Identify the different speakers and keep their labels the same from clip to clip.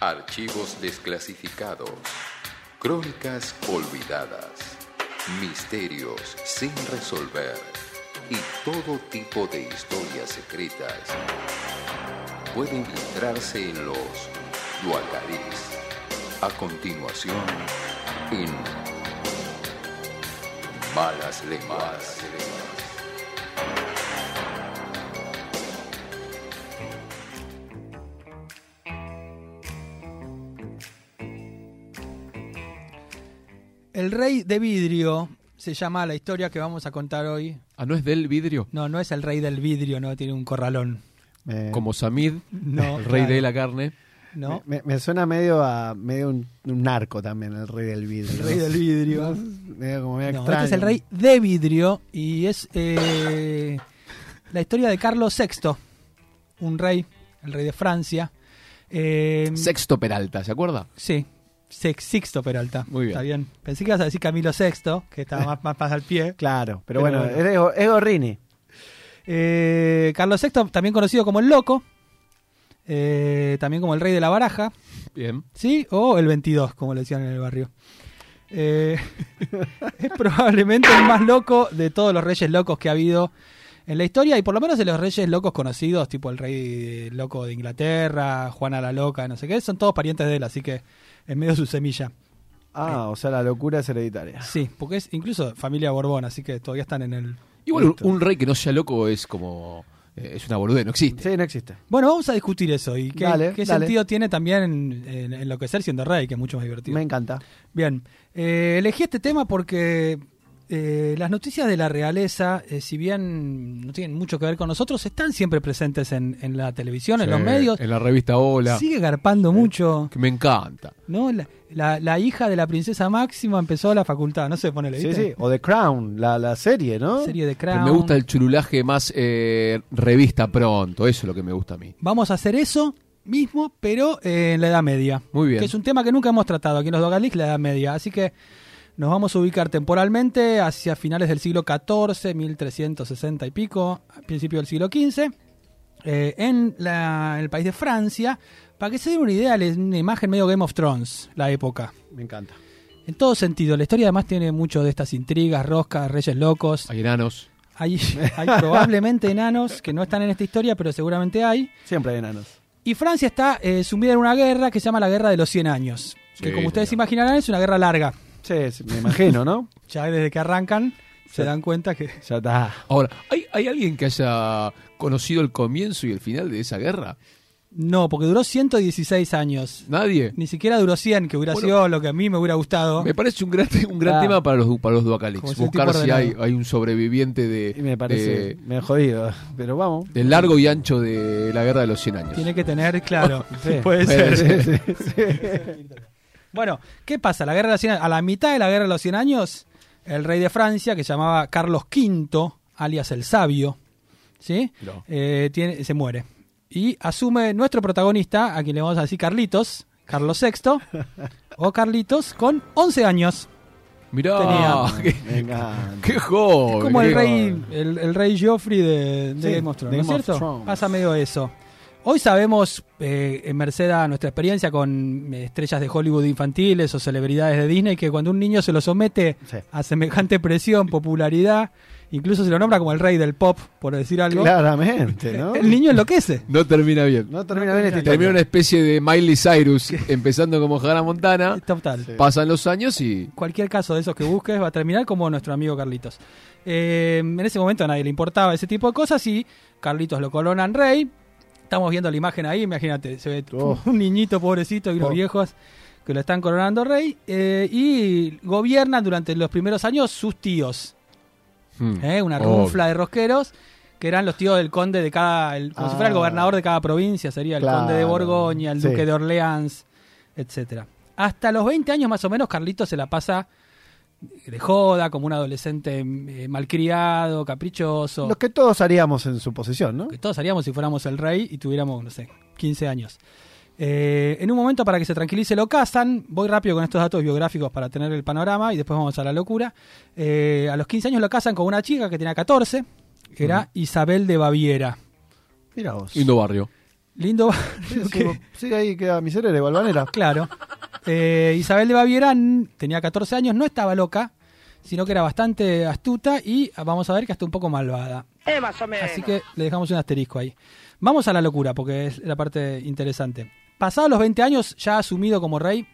Speaker 1: Archivos desclasificados. Crónicas olvidadas. Misterios sin resolver. Y todo tipo de historias secretas pueden filtrarse en los Duacarís. A continuación, en Malas Lemas.
Speaker 2: El rey de vidrio se llama la historia que vamos a contar hoy.
Speaker 3: Ah, ¿no es del vidrio?
Speaker 2: No, no es el rey del vidrio, no tiene un corralón.
Speaker 4: Me,
Speaker 3: Como Samid,
Speaker 2: No,
Speaker 3: el rey
Speaker 2: claro,
Speaker 3: de la carne.
Speaker 2: No,
Speaker 4: Eh, me- me suena medio a medio un, un narco también, el rey del vidrio.
Speaker 2: el rey del vidrio.
Speaker 4: Medio como medio
Speaker 2: No,
Speaker 4: extraño.
Speaker 2: este es el rey de vidrio y es eh, la historia de Carlos VI, un rey, el rey de Francia. Eh,
Speaker 3: Sexto Peralta, ¿se acuerda?
Speaker 2: sí, Sex- Sixto Peralta.
Speaker 3: Muy bien.
Speaker 2: Está bien. Pensé que ibas a decir Camilo VI, que estaba más, más, más al pie.
Speaker 4: Claro,
Speaker 2: Pero
Speaker 4: pero, bueno,
Speaker 2: bueno.
Speaker 4: es go- es Gorrini.
Speaker 2: Eh, Carlos VI, también conocido como el Loco, eh, también como el rey de la baraja.
Speaker 3: Bien.
Speaker 2: ¿Sí? O el 22, como le decían en el barrio. Eh, es probablemente el más loco de todos los reyes locos que ha habido en la historia y por lo menos de los reyes locos conocidos, tipo el rey loco de Inglaterra, Juana la Loca, no sé qué, son todos parientes de él, así que es medio su semilla.
Speaker 4: Ah, o sea, la locura es hereditaria.
Speaker 2: Sí, porque es incluso familia Borbón, así que todavía están en el...
Speaker 3: Igual un, un rey que no sea loco es como. eh, es una boludez, no existe.
Speaker 4: Sí, no existe.
Speaker 2: Bueno, vamos a discutir eso y qué,
Speaker 4: Dale,
Speaker 2: qué
Speaker 4: dale.
Speaker 2: sentido tiene también en, en- enloquecer siendo rey, que es mucho más divertido.
Speaker 4: Me encanta.
Speaker 2: Bien, eh, elegí este tema porque eh, las noticias de la realeza, eh, si bien no tienen mucho que ver con nosotros, están siempre presentes en, en la televisión, en los
Speaker 3: Sí,
Speaker 2: medios.
Speaker 3: En la revista Hola.
Speaker 2: Sigue garpando mucho,
Speaker 3: Que me encanta.
Speaker 2: ¿no? La, la- la hija de la princesa Máxima empezó la facultad, no sé, ponele,
Speaker 4: Sí,
Speaker 2: ¿viste?
Speaker 4: sí. O The Crown, la, la serie, ¿no?
Speaker 2: Serie de
Speaker 3: Pero
Speaker 2: Crown.
Speaker 3: me gusta el chululaje más eh, revista pronto. Eso es lo que me gusta a mí.
Speaker 2: Vamos a hacer eso mismo, pero eh, en la Edad Media.
Speaker 3: Muy bien.
Speaker 2: Que es un tema que nunca hemos tratado aquí en los Dogalis, la Edad Media. Así que nos vamos a ubicar temporalmente hacia finales del siglo XIV, 1360 y pico, a principio del siglo XV, eh, en, la- en el país de Francia. Para que se den una idea, es una imagen medio Game of Thrones, la época.
Speaker 4: Me encanta.
Speaker 2: En todo sentido, la historia además tiene mucho de estas intrigas, roscas, reyes locos.
Speaker 3: Hay enanos.
Speaker 2: Hay, hay probablemente enanos que no están en esta historia, pero seguramente hay.
Speaker 4: Siempre hay enanos.
Speaker 2: Y Francia está eh, sumida en una guerra que se llama la Guerra de los 100 Años. que
Speaker 3: Sí,
Speaker 2: como ustedes
Speaker 3: señor.
Speaker 2: imaginarán es una guerra larga.
Speaker 4: Sí, sí, me imagino, ¿no?
Speaker 2: Ya desde que arrancan se
Speaker 4: Sí.
Speaker 2: dan cuenta que...
Speaker 4: Ya está.
Speaker 3: Ahora, ¿hay, ¿hay alguien que haya conocido el comienzo y el final de esa guerra?
Speaker 2: No, porque duró 116 años.
Speaker 3: Nadie.
Speaker 2: Ni siquiera duró 100, que hubiera
Speaker 3: Bueno.
Speaker 2: sido lo que a mí me hubiera gustado.
Speaker 3: Me parece un gran, un gran
Speaker 4: Ah.
Speaker 3: tema para los, para los Duacalix.
Speaker 2: Como si el
Speaker 3: Buscar
Speaker 2: tipo
Speaker 3: si hay,
Speaker 2: ordenado.
Speaker 3: hay un sobreviviente de,
Speaker 4: Y me parece.
Speaker 2: Eh,
Speaker 3: de-
Speaker 4: Me jodido. Pero vamos.
Speaker 3: del largo y ancho de la guerra de los 100 años.
Speaker 2: Tiene que tener, claro.
Speaker 4: Sí.
Speaker 2: Puede
Speaker 3: Puede
Speaker 2: ser.
Speaker 3: ser.
Speaker 2: Bueno, ¿qué pasa? La guerra de los 100 años- a la mitad de la Guerra de los 100 años, el rey de Francia, que se llamaba Carlos V, alias el Sabio, ¿sí?
Speaker 3: No.
Speaker 2: Eh, tiene- se muere. Y asume nuestro protagonista, a quien le vamos a decir Carlitos, Carlos VI, o Carlitos, con 11 años. Oh,
Speaker 3: Mirá, qué,
Speaker 4: Me encanta.
Speaker 3: qué joven.
Speaker 2: Como el
Speaker 3: qué-
Speaker 2: rey, el, el rey Joffrey de, de
Speaker 4: Sí,
Speaker 2: Game of Thrones, ¿no es
Speaker 4: Game of
Speaker 2: cierto?
Speaker 4: Thrones.
Speaker 2: Pasa medio eso. Hoy sabemos, eh, en merced a nuestra experiencia con eh, estrellas de Hollywood infantiles o celebridades de Disney, que cuando un niño se lo somete
Speaker 4: Sí.
Speaker 2: a semejante presión, popularidad, incluso se lo nombra como el rey del pop, por decir algo,
Speaker 4: Claramente, ¿no?
Speaker 2: el niño enloquece.
Speaker 3: No termina bien.
Speaker 4: No termina bien este
Speaker 3: Termina una especie de Miley Cyrus, empezando como Hannah Montana.
Speaker 2: Total.
Speaker 4: Sí.
Speaker 3: Pasan los años y
Speaker 2: Cualquier caso de esos que busques va a terminar como nuestro amigo Carlitos. Eh, en ese momento a nadie le importaba ese tipo de cosas y Carlitos lo colonan rey. Estamos viendo la imagen ahí, imagínate, se ve
Speaker 4: Oh.
Speaker 2: un niñito pobrecito y unos
Speaker 4: Oh.
Speaker 2: viejos que lo están coronando rey. eh, y gobiernan durante los primeros años sus tíos,
Speaker 4: Mm.
Speaker 3: hmm,
Speaker 2: ¿eh? una
Speaker 3: obvio.
Speaker 2: rufla de rosqueros, que eran los tíos del conde de cada, el- como si fuera el
Speaker 4: Ah.
Speaker 2: gobernador de cada provincia, sería el
Speaker 4: Claro.
Speaker 2: conde de Borgoña, el
Speaker 4: Sí.
Speaker 2: duque de Orleans, etcétera. Hasta los 20 años más o menos, Carlitos se la pasa de joda, como un adolescente eh, malcriado, caprichoso.
Speaker 4: Los que todos haríamos en su posición, ¿no?
Speaker 2: Que todos haríamos si fuéramos el rey y tuviéramos, no sé, 15 años. Eh, en un momento, para que se tranquilice, lo casan. Voy rápido con estos datos biográficos para tener el panorama y después vamos a la locura. Eh, a los 15 años lo casan con una chica que tenía 14, que era Isabel de Baviera.
Speaker 4: Mira vos.
Speaker 3: Lindo barrio.
Speaker 2: Lindo
Speaker 4: Sí,
Speaker 2: barrio
Speaker 4: sí,
Speaker 2: que-
Speaker 4: bo- sí, ahí queda mi cerebro, Valvanera.
Speaker 2: Claro. Eh, Isabel de Baviera n- tenía 14 años, no estaba loca, sino que era bastante astuta y ah, vamos a ver que hasta un poco malvada.
Speaker 5: Eh, más o menos.
Speaker 2: Así que le dejamos un asterisco ahí. Vamos a la locura, porque es la parte interesante. Pasados los 20 años, ya asumido como rey,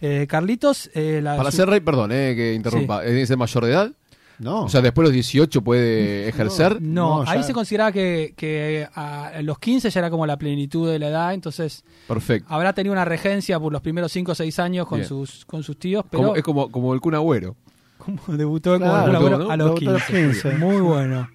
Speaker 2: eh, Carlitos... eh, la-
Speaker 3: Para
Speaker 2: su-
Speaker 3: ser rey, perdón, eh, que interrumpa. ¿Es ser mayor de edad?
Speaker 4: No.
Speaker 3: O sea, después de los 18 puede ejercer.
Speaker 2: No,
Speaker 4: No,
Speaker 2: ahí
Speaker 4: ya-
Speaker 2: se consideraba que, que a los 15 ya era como la plenitud de la edad, entonces
Speaker 3: Perfecto.
Speaker 2: habrá tenido una regencia por los primeros 5 o 6 años con
Speaker 3: Bien.
Speaker 2: sus, con sus tíos, Ah, pero...
Speaker 3: Como- es como, como el Kun Agüero.
Speaker 2: Como debutó como
Speaker 4: Claro,
Speaker 2: Kun Agüero
Speaker 3: ¿no?
Speaker 2: a los
Speaker 4: Debutó a los
Speaker 2: 15.
Speaker 4: 15.
Speaker 2: Muy bueno.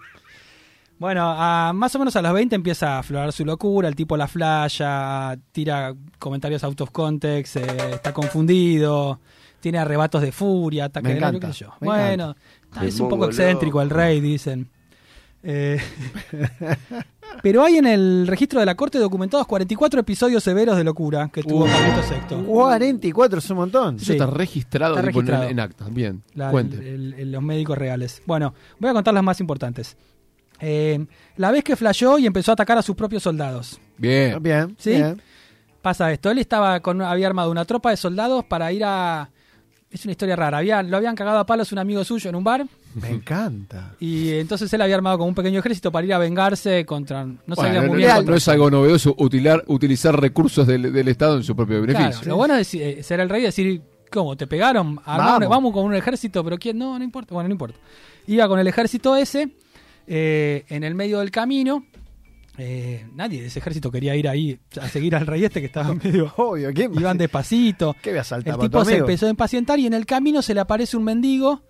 Speaker 2: Bueno, a- más o menos a los 20 empieza a aflorar su locura, el tipo la flasha, tira comentarios out of context, eh, está confundido, tiene arrebatos de furia, ataque
Speaker 4: Me
Speaker 2: de nervios, qué
Speaker 4: encanta,
Speaker 2: sé yo.
Speaker 4: me
Speaker 2: Bueno, está-
Speaker 6: El
Speaker 2: es un
Speaker 6: mongo
Speaker 2: poco excéntrico el rey, dicen. Eh, pero hay en el registro de la corte documentados 44 episodios severos de locura que tuvo
Speaker 3: Uh.
Speaker 2: Carlitos VI.
Speaker 4: 44 es un montón.
Speaker 2: Sí.
Speaker 3: Eso está registrado,
Speaker 2: Está
Speaker 3: tipo, en-
Speaker 2: registrado.
Speaker 3: en actas. Bien,
Speaker 2: La-
Speaker 3: cuente.
Speaker 2: el- el- los médicos reales. Bueno, voy a contar las más importantes. Eh, la vez que flasheó y empezó a atacar a sus propios soldados.
Speaker 3: Bien.
Speaker 4: Bien,
Speaker 2: Sí.
Speaker 4: bien.
Speaker 2: Pasa esto, él estaba con, había armado una tropa de soldados para ir a... Es una historia rara, había, lo habían cagado a palos un amigo suyo en un bar
Speaker 4: Me encanta.
Speaker 2: y entonces él había armado como un pequeño ejército para ir a vengarse contra... No
Speaker 3: Bueno,
Speaker 2: sabía
Speaker 3: no,
Speaker 2: muy bien...
Speaker 3: no-
Speaker 2: contra-
Speaker 3: no es algo novedoso utilar- utilizar recursos del, del Estado en su propio
Speaker 2: Claro,
Speaker 3: beneficio.
Speaker 2: lo bueno es eh, ser el rey y decir, ¿cómo? ¿Te pegaron? Armá un-
Speaker 4: Vamos.
Speaker 2: Vamos. con un ejército, pero ¿quién? No, no importa. Bueno, no importa. Iba con el ejército ese, eh, en el medio del camino. eh, nadie de ese ejército quería ir ahí a seguir al rey este que estaba medio.
Speaker 4: Obvio, ¿quién va-
Speaker 2: Iban despacito.
Speaker 4: ¿Qué voy a saltar
Speaker 2: El
Speaker 4: para tu
Speaker 2: tipo se
Speaker 4: amigo?
Speaker 2: empezó a impacientar y en el camino se le aparece un mendigo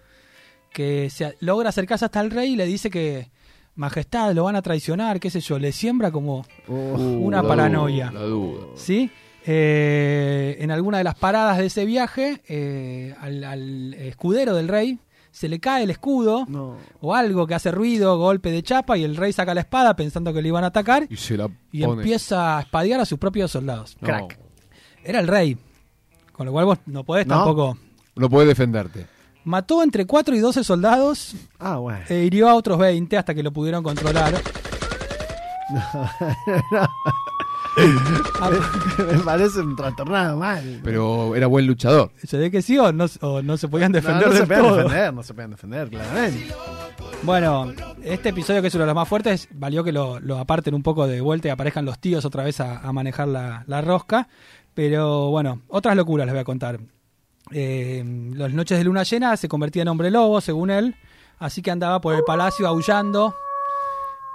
Speaker 2: que se a- logra acercarse hasta el rey y le dice que, Majestad, lo van a traicionar, qué sé yo. Le siembra como
Speaker 4: Oh,
Speaker 3: Uh,
Speaker 2: una
Speaker 3: la
Speaker 2: paranoia.
Speaker 3: duda, la duda.
Speaker 2: ¿sí? Eh, en alguna de las paradas de ese viaje, eh, al, al escudero del rey se le cae el escudo
Speaker 4: no.
Speaker 2: o algo que hace ruido, golpe de chapa, y el rey saca la espada pensando que le iban a atacar
Speaker 3: Y se la
Speaker 2: y
Speaker 3: pone.
Speaker 2: empieza a espadear a sus propios soldados.
Speaker 3: No,
Speaker 4: Crack.
Speaker 2: Era el rey, con lo cual vos no podés
Speaker 4: No.
Speaker 2: tampoco.
Speaker 3: no podés defenderte.
Speaker 2: Mató entre 4 y 12 soldados
Speaker 4: Ah, bueno.
Speaker 2: e hirió a otros 20 hasta que lo pudieron controlar. Ah,
Speaker 4: Me parece un trastornado mal.
Speaker 3: Pero era buen luchador.
Speaker 2: ¿Se ve que sí o no, o no se podían
Speaker 4: No,
Speaker 2: defender
Speaker 4: no, se
Speaker 2: del
Speaker 4: pueden
Speaker 2: todo?
Speaker 4: defender, no se pueden defender, claramente.
Speaker 2: Bueno, este episodio que es uno de los más fuertes, valió que lo, lo aparten un poco de vuelta y aparezcan los tíos otra vez a, a manejar la, la rosca. Pero bueno, otras locuras les voy a contar. Eh, las noches de luna llena se convertía en hombre lobo, según él. Así que andaba por el palacio aullando.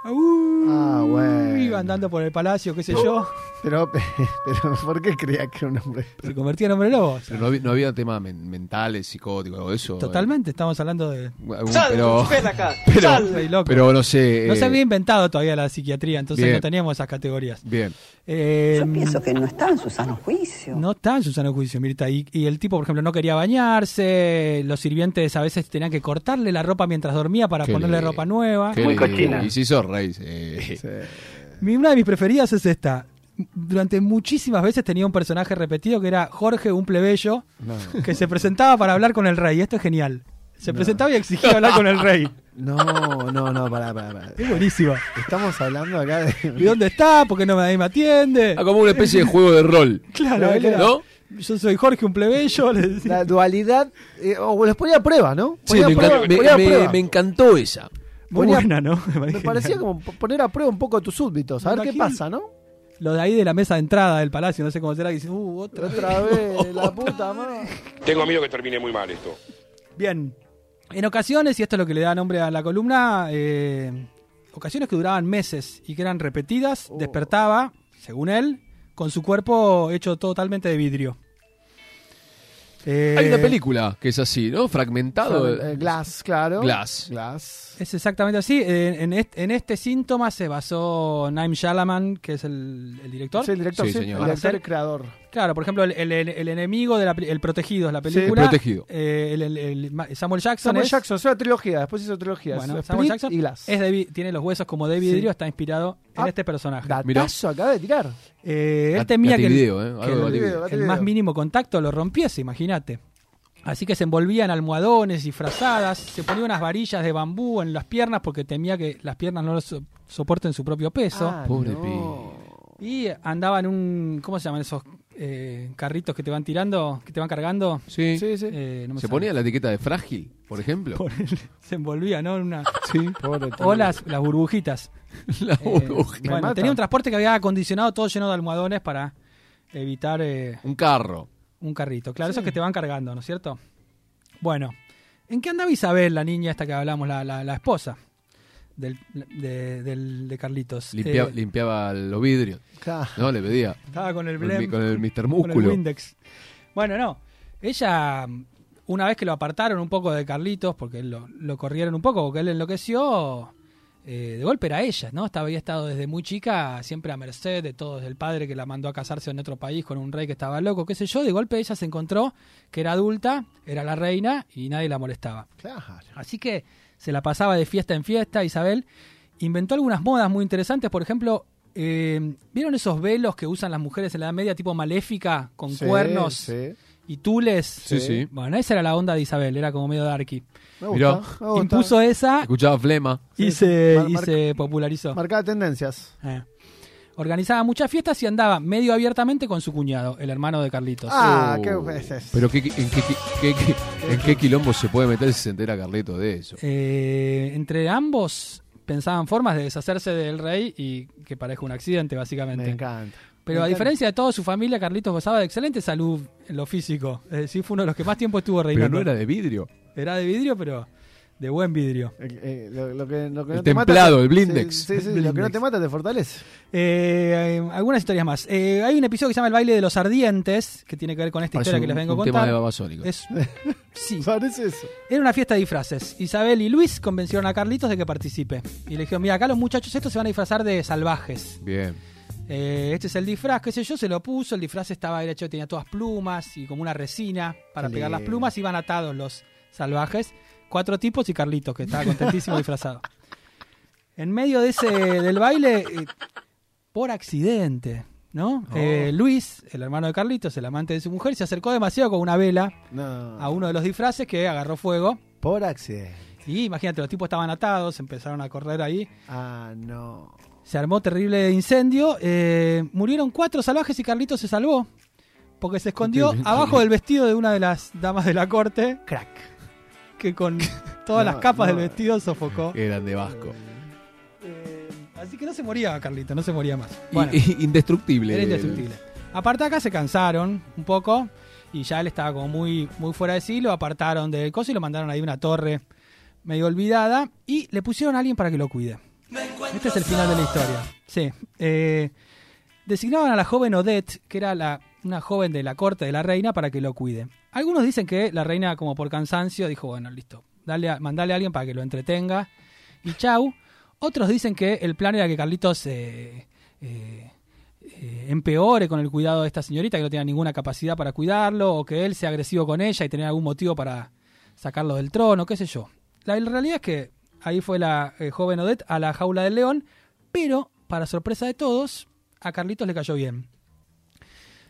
Speaker 2: Au,
Speaker 4: Ah, bueno.
Speaker 2: Iba andando por el palacio, qué sé yo.
Speaker 4: Pero, pero, ¿por qué creía que era un hombre?
Speaker 2: Se convertía en hombre lobo.
Speaker 3: Pero no, había- no había temas men- mentales, psicóticos, algo de eso.
Speaker 2: Totalmente, estamos hablando de...
Speaker 3: Eh, algún-
Speaker 5: Sal,
Speaker 3: pero,
Speaker 5: ven acá.
Speaker 3: pero,
Speaker 5: Sal.
Speaker 2: Rey loco.
Speaker 3: pero no sé.
Speaker 2: no se
Speaker 3: eh,
Speaker 2: había inventado todavía la psiquiatría, entonces
Speaker 3: bien.
Speaker 2: no teníamos esas categorías.
Speaker 3: Bien.
Speaker 2: Eh,
Speaker 7: Yo pienso que no está en su sano juicio.
Speaker 2: No está en su sano juicio, Mirta. Y, y el tipo, por ejemplo, no quería bañarse. Los sirvientes a veces tenían que cortarle la ropa mientras dormía para
Speaker 3: Qué
Speaker 2: ponerle
Speaker 3: lindo.
Speaker 2: ropa nueva.
Speaker 3: Qué
Speaker 6: Muy
Speaker 3: lindo.
Speaker 6: cochina.
Speaker 3: Y si sos rey. eh,
Speaker 2: Mi- Una de mis preferidas es esta. Durante muchísimas veces tenía un personaje repetido que era Jorge, un plebeyo, que se presentaba para hablar con el rey. Esto es genial. Se presentaba y exigía hablar con el rey.
Speaker 4: No, no, no, pará, pará, pará.
Speaker 2: Es buenísimo.
Speaker 4: Estamos hablando acá
Speaker 2: ¿Y
Speaker 4: de.
Speaker 2: dónde está? ¿Por qué no nadie me atiende?
Speaker 3: ah, como una especie de juego de rol.
Speaker 2: Claro, él era,
Speaker 3: ¿No?
Speaker 2: yo soy Jorge, un plebeyo. le decía.
Speaker 4: La dualidad. eh, o los ponía a prueba, ¿no?
Speaker 3: Sí,
Speaker 4: Ponía
Speaker 3: me,
Speaker 4: a prueba,
Speaker 3: encan- me-
Speaker 4: ponía a
Speaker 3: me-
Speaker 4: prueba.
Speaker 3: me encantó esa.
Speaker 2: Muy
Speaker 4: ponía-
Speaker 2: buena, ¿no?
Speaker 4: Me parecía como po- poner a prueba un poco a tus súbditos, a
Speaker 2: Me
Speaker 4: ver qué
Speaker 2: imagino-
Speaker 4: pasa, ¿no?
Speaker 2: Lo de ahí de la mesa de entrada del palacio, no sé cómo será, que dice, uh, otra.
Speaker 4: Otra vez, la puta madre.
Speaker 8: Tengo miedo que termine muy mal esto.
Speaker 2: Bien. En ocasiones, y esto es lo que le da nombre a la columna, eh, ocasiones que duraban meses y que eran repetidas,
Speaker 4: Oh.
Speaker 2: despertaba, según él, con su cuerpo hecho totalmente de vidrio. Eh,
Speaker 3: Hay una película que es así, ¿no? Fragmentado.
Speaker 4: Eh, Glass, claro.
Speaker 3: Glass.
Speaker 4: Glass.
Speaker 2: Es exactamente así. Eh, en, est- en este síntoma se basó Naim Shalaman, que es el, el director.
Speaker 4: Sí, el director,
Speaker 3: Sí,
Speaker 4: sí, el
Speaker 3: señor.
Speaker 2: Para
Speaker 4: director
Speaker 2: hacer-
Speaker 4: y creador.
Speaker 2: Claro, por ejemplo, el, el- el- el enemigo, de la, peli- el protegido es la película.
Speaker 3: El protegido.
Speaker 2: Eh, el- el- el Ma- Samuel Jackson.
Speaker 4: Samuel
Speaker 2: es-
Speaker 4: Jackson, es una trilogía, después hizo trilogía.
Speaker 2: Bueno,
Speaker 4: es
Speaker 2: Samuel
Speaker 4: Split
Speaker 2: Jackson
Speaker 4: y Glass.
Speaker 2: es de vi- tiene los huesos como de vidrio, está inspirado en
Speaker 4: Ah,
Speaker 2: este personaje.
Speaker 3: Mirá.
Speaker 4: Datazo acaba de tirar.
Speaker 2: Eh, él
Speaker 3: Gat-
Speaker 2: temía que, el-
Speaker 3: Gativideo, ¿eh?
Speaker 2: que
Speaker 3: Algo de
Speaker 2: el,
Speaker 3: Gativideo.
Speaker 2: el
Speaker 4: Gativideo.
Speaker 2: más mínimo contacto lo rompiese, imagínate. Así que se envolvía en almohadones y frazadas, se ponía unas varillas de bambú en las piernas porque temía que las piernas no lo so- soporten su propio peso.
Speaker 4: Ah,
Speaker 3: Pobre
Speaker 4: no.
Speaker 3: pibe.
Speaker 2: Y andaba en un. ¿Cómo se llaman esos eh, carritos que te van tirando, que te van cargando?
Speaker 3: Sí.
Speaker 2: Eh, no me
Speaker 3: Se
Speaker 2: sale.
Speaker 3: ponía la etiqueta de frágil, por ejemplo.
Speaker 2: Por el- se envolvía, ¿no? En una-
Speaker 4: Pobre tío.
Speaker 2: o las, las burbujitas.
Speaker 3: la
Speaker 2: Eh,
Speaker 3: burbuja.
Speaker 2: bueno,
Speaker 4: mata.
Speaker 2: tenía un transporte que había acondicionado todo lleno de almohadones para evitar eh,
Speaker 3: Un carro.
Speaker 2: un carrito. Claro, esos que te van cargando, ¿no es cierto? Bueno, ¿en qué andaba Isabel, la niña esta que hablamos, la, la- la esposa del, de, del- de Carlitos?
Speaker 3: Limpia-
Speaker 2: Eh,
Speaker 3: Limpiaba los vidrios.
Speaker 4: Claro.
Speaker 3: No, le pedía.
Speaker 2: Estaba con el
Speaker 3: Con el mi-
Speaker 2: blem.
Speaker 3: con el Mr.
Speaker 2: Con el
Speaker 3: Músculo.
Speaker 2: Windex. Bueno, no. Ella, una vez que lo apartaron un poco de Carlitos, porque lo, lo corrieron un poco, porque él enloqueció, eh, de golpe era ella, ¿no? Estaba, había estado desde muy chica, siempre a merced de todos, del padre que la mandó a casarse en otro país con un rey que estaba loco, qué sé yo. De golpe ella se encontró que era adulta, era la reina y nadie la molestaba.
Speaker 4: Claro.
Speaker 2: Así que se la pasaba de fiesta en fiesta, Isabel. Inventó algunas modas muy interesantes, por ejemplo, eh, ¿vieron esos velos que usan las mujeres en la Edad Media, tipo maléfica, con
Speaker 4: Sí,
Speaker 2: cuernos
Speaker 4: sí.
Speaker 2: y tules?
Speaker 3: Sí, sí.
Speaker 2: Bueno, esa era la onda de Isabel, era como medio darky.
Speaker 4: Me gusta.
Speaker 3: Mirá.
Speaker 4: me gusta.
Speaker 2: Impuso esa
Speaker 3: Escuchaba flema.
Speaker 2: y,
Speaker 4: Sí,
Speaker 2: se,
Speaker 4: mar-
Speaker 2: y
Speaker 4: mar-
Speaker 2: se popularizó.
Speaker 4: Marcaba tendencias.
Speaker 2: Eh. Organizaba muchas fiestas y andaba medio abiertamente con su cuñado, el hermano de Carlitos.
Speaker 4: Ah,
Speaker 3: Oh.
Speaker 4: qué veces.
Speaker 3: Pero qué- en, qué, qué- qué- en qué quilombo se puede meter si se entera Carleto de eso.
Speaker 2: Eh, entre ambos pensaban formas de deshacerse del rey y que parezca un accidente, básicamente.
Speaker 4: Me encanta.
Speaker 2: Pero
Speaker 4: Me
Speaker 2: a
Speaker 4: encanta.
Speaker 2: diferencia de toda su familia, Carlitos gozaba de excelente salud en lo físico. Es decir, fue uno de los que más tiempo estuvo
Speaker 3: Pero
Speaker 2: reinando.
Speaker 3: no era de vidrio.
Speaker 2: Era de vidrio, pero de buen vidrio.
Speaker 4: Eh, eh, lo, lo que, lo que
Speaker 3: El
Speaker 4: no te mata-
Speaker 3: templado, el
Speaker 4: sí,
Speaker 3: blindex.
Speaker 4: Sí, sí, lo que no
Speaker 2: Blindex.
Speaker 4: te mata te fortalece.
Speaker 2: Eh, eh, algunas historias más. Eh, hay un episodio que se llama El baile de los ardientes, que tiene que ver con esta
Speaker 3: Ah, Es
Speaker 2: historia
Speaker 3: un,
Speaker 2: que les vengo a
Speaker 3: un tema de
Speaker 2: contar.
Speaker 3: babasónico.
Speaker 2: Es- sí,
Speaker 4: Parece eso.
Speaker 2: era una fiesta de disfraces. Isabel y Luis convencieron a Carlitos de que participe. Y le dijeron, mira, acá los muchachos estos se van a disfrazar de salvajes.
Speaker 3: Bien.
Speaker 2: Eh, este es el disfraz, qué sé yo, se lo puso, el disfraz estaba hecho, tenía todas plumas y como una resina para
Speaker 4: Qué
Speaker 2: pegar las
Speaker 4: lindo.
Speaker 2: plumas, iban atados los salvajes, cuatro tipos y Carlitos, que estaba contentísimo disfrazado. En medio de ese del baile, eh, por accidente, ¿no?
Speaker 4: Oh.
Speaker 2: Eh, Luis, el hermano de Carlitos, el amante de su mujer, se acercó demasiado con una vela
Speaker 4: No.
Speaker 2: a uno de los disfraces que agarró fuego.
Speaker 4: Por accidente.
Speaker 2: Y imagínate, los tipos estaban atados, empezaron a correr ahí.
Speaker 4: Ah, no.
Speaker 2: Se armó terrible incendio. eh, murieron cuatro salvajes y Carlitos se salvó. Porque se escondió
Speaker 3: tremendo.
Speaker 2: abajo del vestido de una de las damas de la corte,
Speaker 4: Crack.
Speaker 2: que con todas
Speaker 4: No,
Speaker 2: las capas
Speaker 4: no.
Speaker 2: del vestido sofocó.
Speaker 3: Eran de Vasco.
Speaker 2: Eh, así que no se moría Carlitos, no se moría más.
Speaker 3: Y-
Speaker 2: Bueno,
Speaker 3: y- indestructible.
Speaker 2: era indestructible. Aparte acá se cansaron un poco y ya él estaba como muy, muy fuera de sí, lo apartaron del coso y lo mandaron ahí a una torre medio olvidada y le pusieron a alguien para que lo cuide. Este es el final de la historia. Sí. eh, designaban a la joven Odette, que era la, una joven de la corte de la reina, para que lo cuide. Algunos dicen que la reina, como por cansancio, dijo, bueno, listo, dale a- mandale a alguien para que lo entretenga y chau. Otros dicen que el plan era que Carlitos eh, eh, eh, empeore con el cuidado de esta señorita, que no tenía ninguna capacidad para cuidarlo, o que él sea agresivo con ella y tenía algún motivo para sacarlo del trono, qué sé yo. La, la realidad es que ahí fue la eh, joven Odette a la jaula del león, pero, para sorpresa de todos, a Carlitos le cayó bien.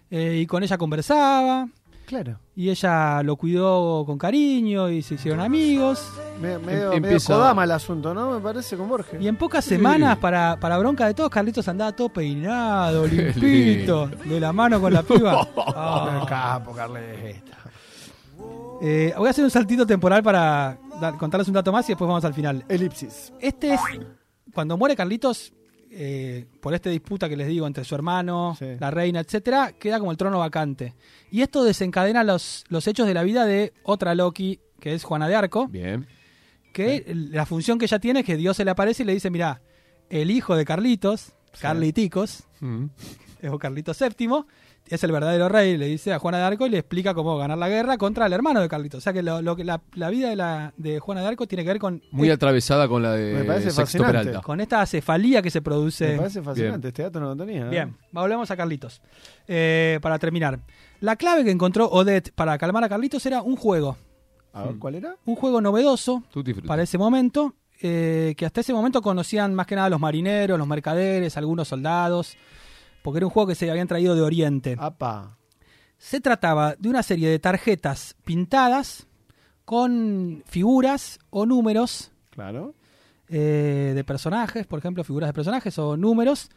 Speaker 2: Eh, y con ella conversaba,
Speaker 4: Claro.
Speaker 2: y ella lo cuidó con cariño, y se hicieron amigos.
Speaker 4: Me, medio,
Speaker 3: Em-
Speaker 4: medio
Speaker 3: empieza-
Speaker 4: Kodama el asunto, ¿no? Me parece con Borges.
Speaker 2: Y en pocas semanas, para, para bronca de todos, Carlitos andaba todo peinado,
Speaker 3: Qué
Speaker 2: limpito, de la mano con la piba.
Speaker 4: Ah,
Speaker 2: Ah.
Speaker 4: capo, Carleta.
Speaker 2: Eh, voy a hacer un saltito temporal para dar- contarles un dato más y después vamos al final.
Speaker 4: Elipsis.
Speaker 2: Este es. Cuando muere Carlitos, eh, por esta disputa que les digo entre su hermano,
Speaker 4: Sí.
Speaker 2: la reina, etcétera, queda como el trono vacante. Y esto desencadena los, los hechos de la vida de otra Loki, que es Juana de Arco,
Speaker 3: Bien.
Speaker 2: que la función que ella tiene es que Dios se le aparece y le dice: Mirá, el hijo de Carlitos, Carliticos,
Speaker 3: Mm.
Speaker 2: es o Carlitos VII, es el verdadero rey, le dice a Juana de Arco y le explica cómo ganar la guerra contra el hermano de Carlitos. O sea que lo, lo que la, la vida de, la, de Juana de Arco tiene que ver con, e-
Speaker 3: Muy atravesada con la de
Speaker 4: Me parece
Speaker 3: Sexto
Speaker 4: fascinante.
Speaker 3: Peralta.
Speaker 2: con esta cefalía que se
Speaker 4: Me
Speaker 2: produce.
Speaker 4: parece fascinante. Este dato no lo tenía. ¿eh?
Speaker 2: Bien, volvemos a Carlitos. Eh, para terminar, la clave que encontró Odette para calmar a Carlitos era un juego,
Speaker 4: A
Speaker 3: Mm.
Speaker 4: ver, ¿Cuál era?
Speaker 2: un juego novedoso
Speaker 3: Tutti frutti.
Speaker 2: para ese momento, eh, que hasta ese momento conocían más que nada los marineros, los mercaderes, algunos soldados, porque era un juego que se habían traído de Oriente.
Speaker 4: Ah. Apa.
Speaker 2: Se trataba de una serie de tarjetas pintadas con figuras o números
Speaker 4: Claro.
Speaker 2: eh, de personajes, por ejemplo, figuras de personajes o números,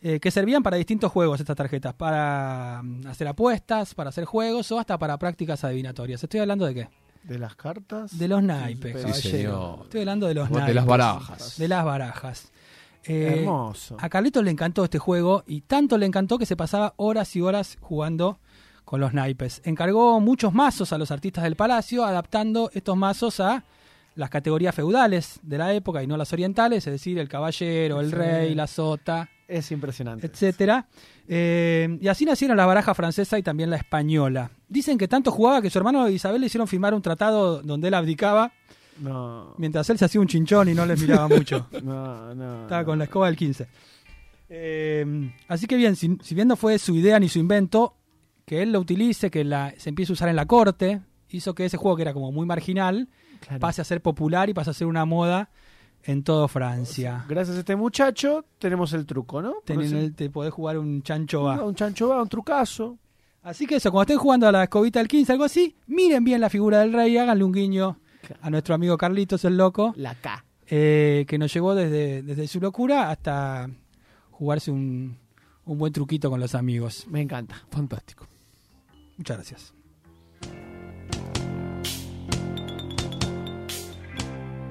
Speaker 2: eh, que servían para distintos juegos estas tarjetas, para mm, hacer apuestas, para hacer juegos o hasta para prácticas adivinatorias. Estoy hablando de qué?
Speaker 4: ¿De las cartas?
Speaker 2: De los naipes,
Speaker 4: Sí,
Speaker 2: caballero.
Speaker 3: señor.
Speaker 2: Estoy hablando de los
Speaker 3: De
Speaker 2: naipes.
Speaker 3: las barajas.
Speaker 2: De las barajas. Eh,
Speaker 4: Hermoso.
Speaker 2: A Carlitos le encantó este juego y tanto le encantó que se pasaba horas y horas jugando con los naipes. Encargó muchos mazos a los artistas del palacio, adaptando estos mazos a las categorías feudales de la época y no las orientales, es decir, el caballero, el
Speaker 4: Sí.
Speaker 2: rey, la sota,
Speaker 4: Es impresionante.
Speaker 2: etcétera. Eh, y así nacieron la baraja francesa y también la española. Dicen que tanto jugaba que su hermano Isabel le hicieron firmar un tratado donde él abdicaba,
Speaker 4: No,
Speaker 2: mientras él se hacía un chinchón y no les miraba mucho.
Speaker 4: no, no.
Speaker 2: Estaba
Speaker 4: no.
Speaker 2: con la escoba del 15. Eh, así que bien, si, si bien no fue su idea ni su invento, que él lo utilice, que la, se empiece a usar en la corte, hizo que ese juego que era como muy marginal
Speaker 4: Claro.
Speaker 2: pase a ser popular y pase a ser una moda en toda Francia.
Speaker 4: Gracias a este muchacho tenemos el truco, ¿no? Por
Speaker 2: Tenés
Speaker 4: decir-
Speaker 2: el- te podés jugar un chancho
Speaker 4: Ah,
Speaker 2: A.
Speaker 4: Un chancho va, un trucazo.
Speaker 2: Así que eso, cuando estén jugando a la escobita del 15, algo así, miren bien la figura del rey, háganle un guiño a nuestro amigo Carlitos el Loco.
Speaker 4: La K.
Speaker 2: eh, que nos llevó desde, desde su locura hasta jugarse un, un buen truquito con los amigos.
Speaker 4: Me encanta.
Speaker 3: Fantástico.
Speaker 2: Muchas gracias.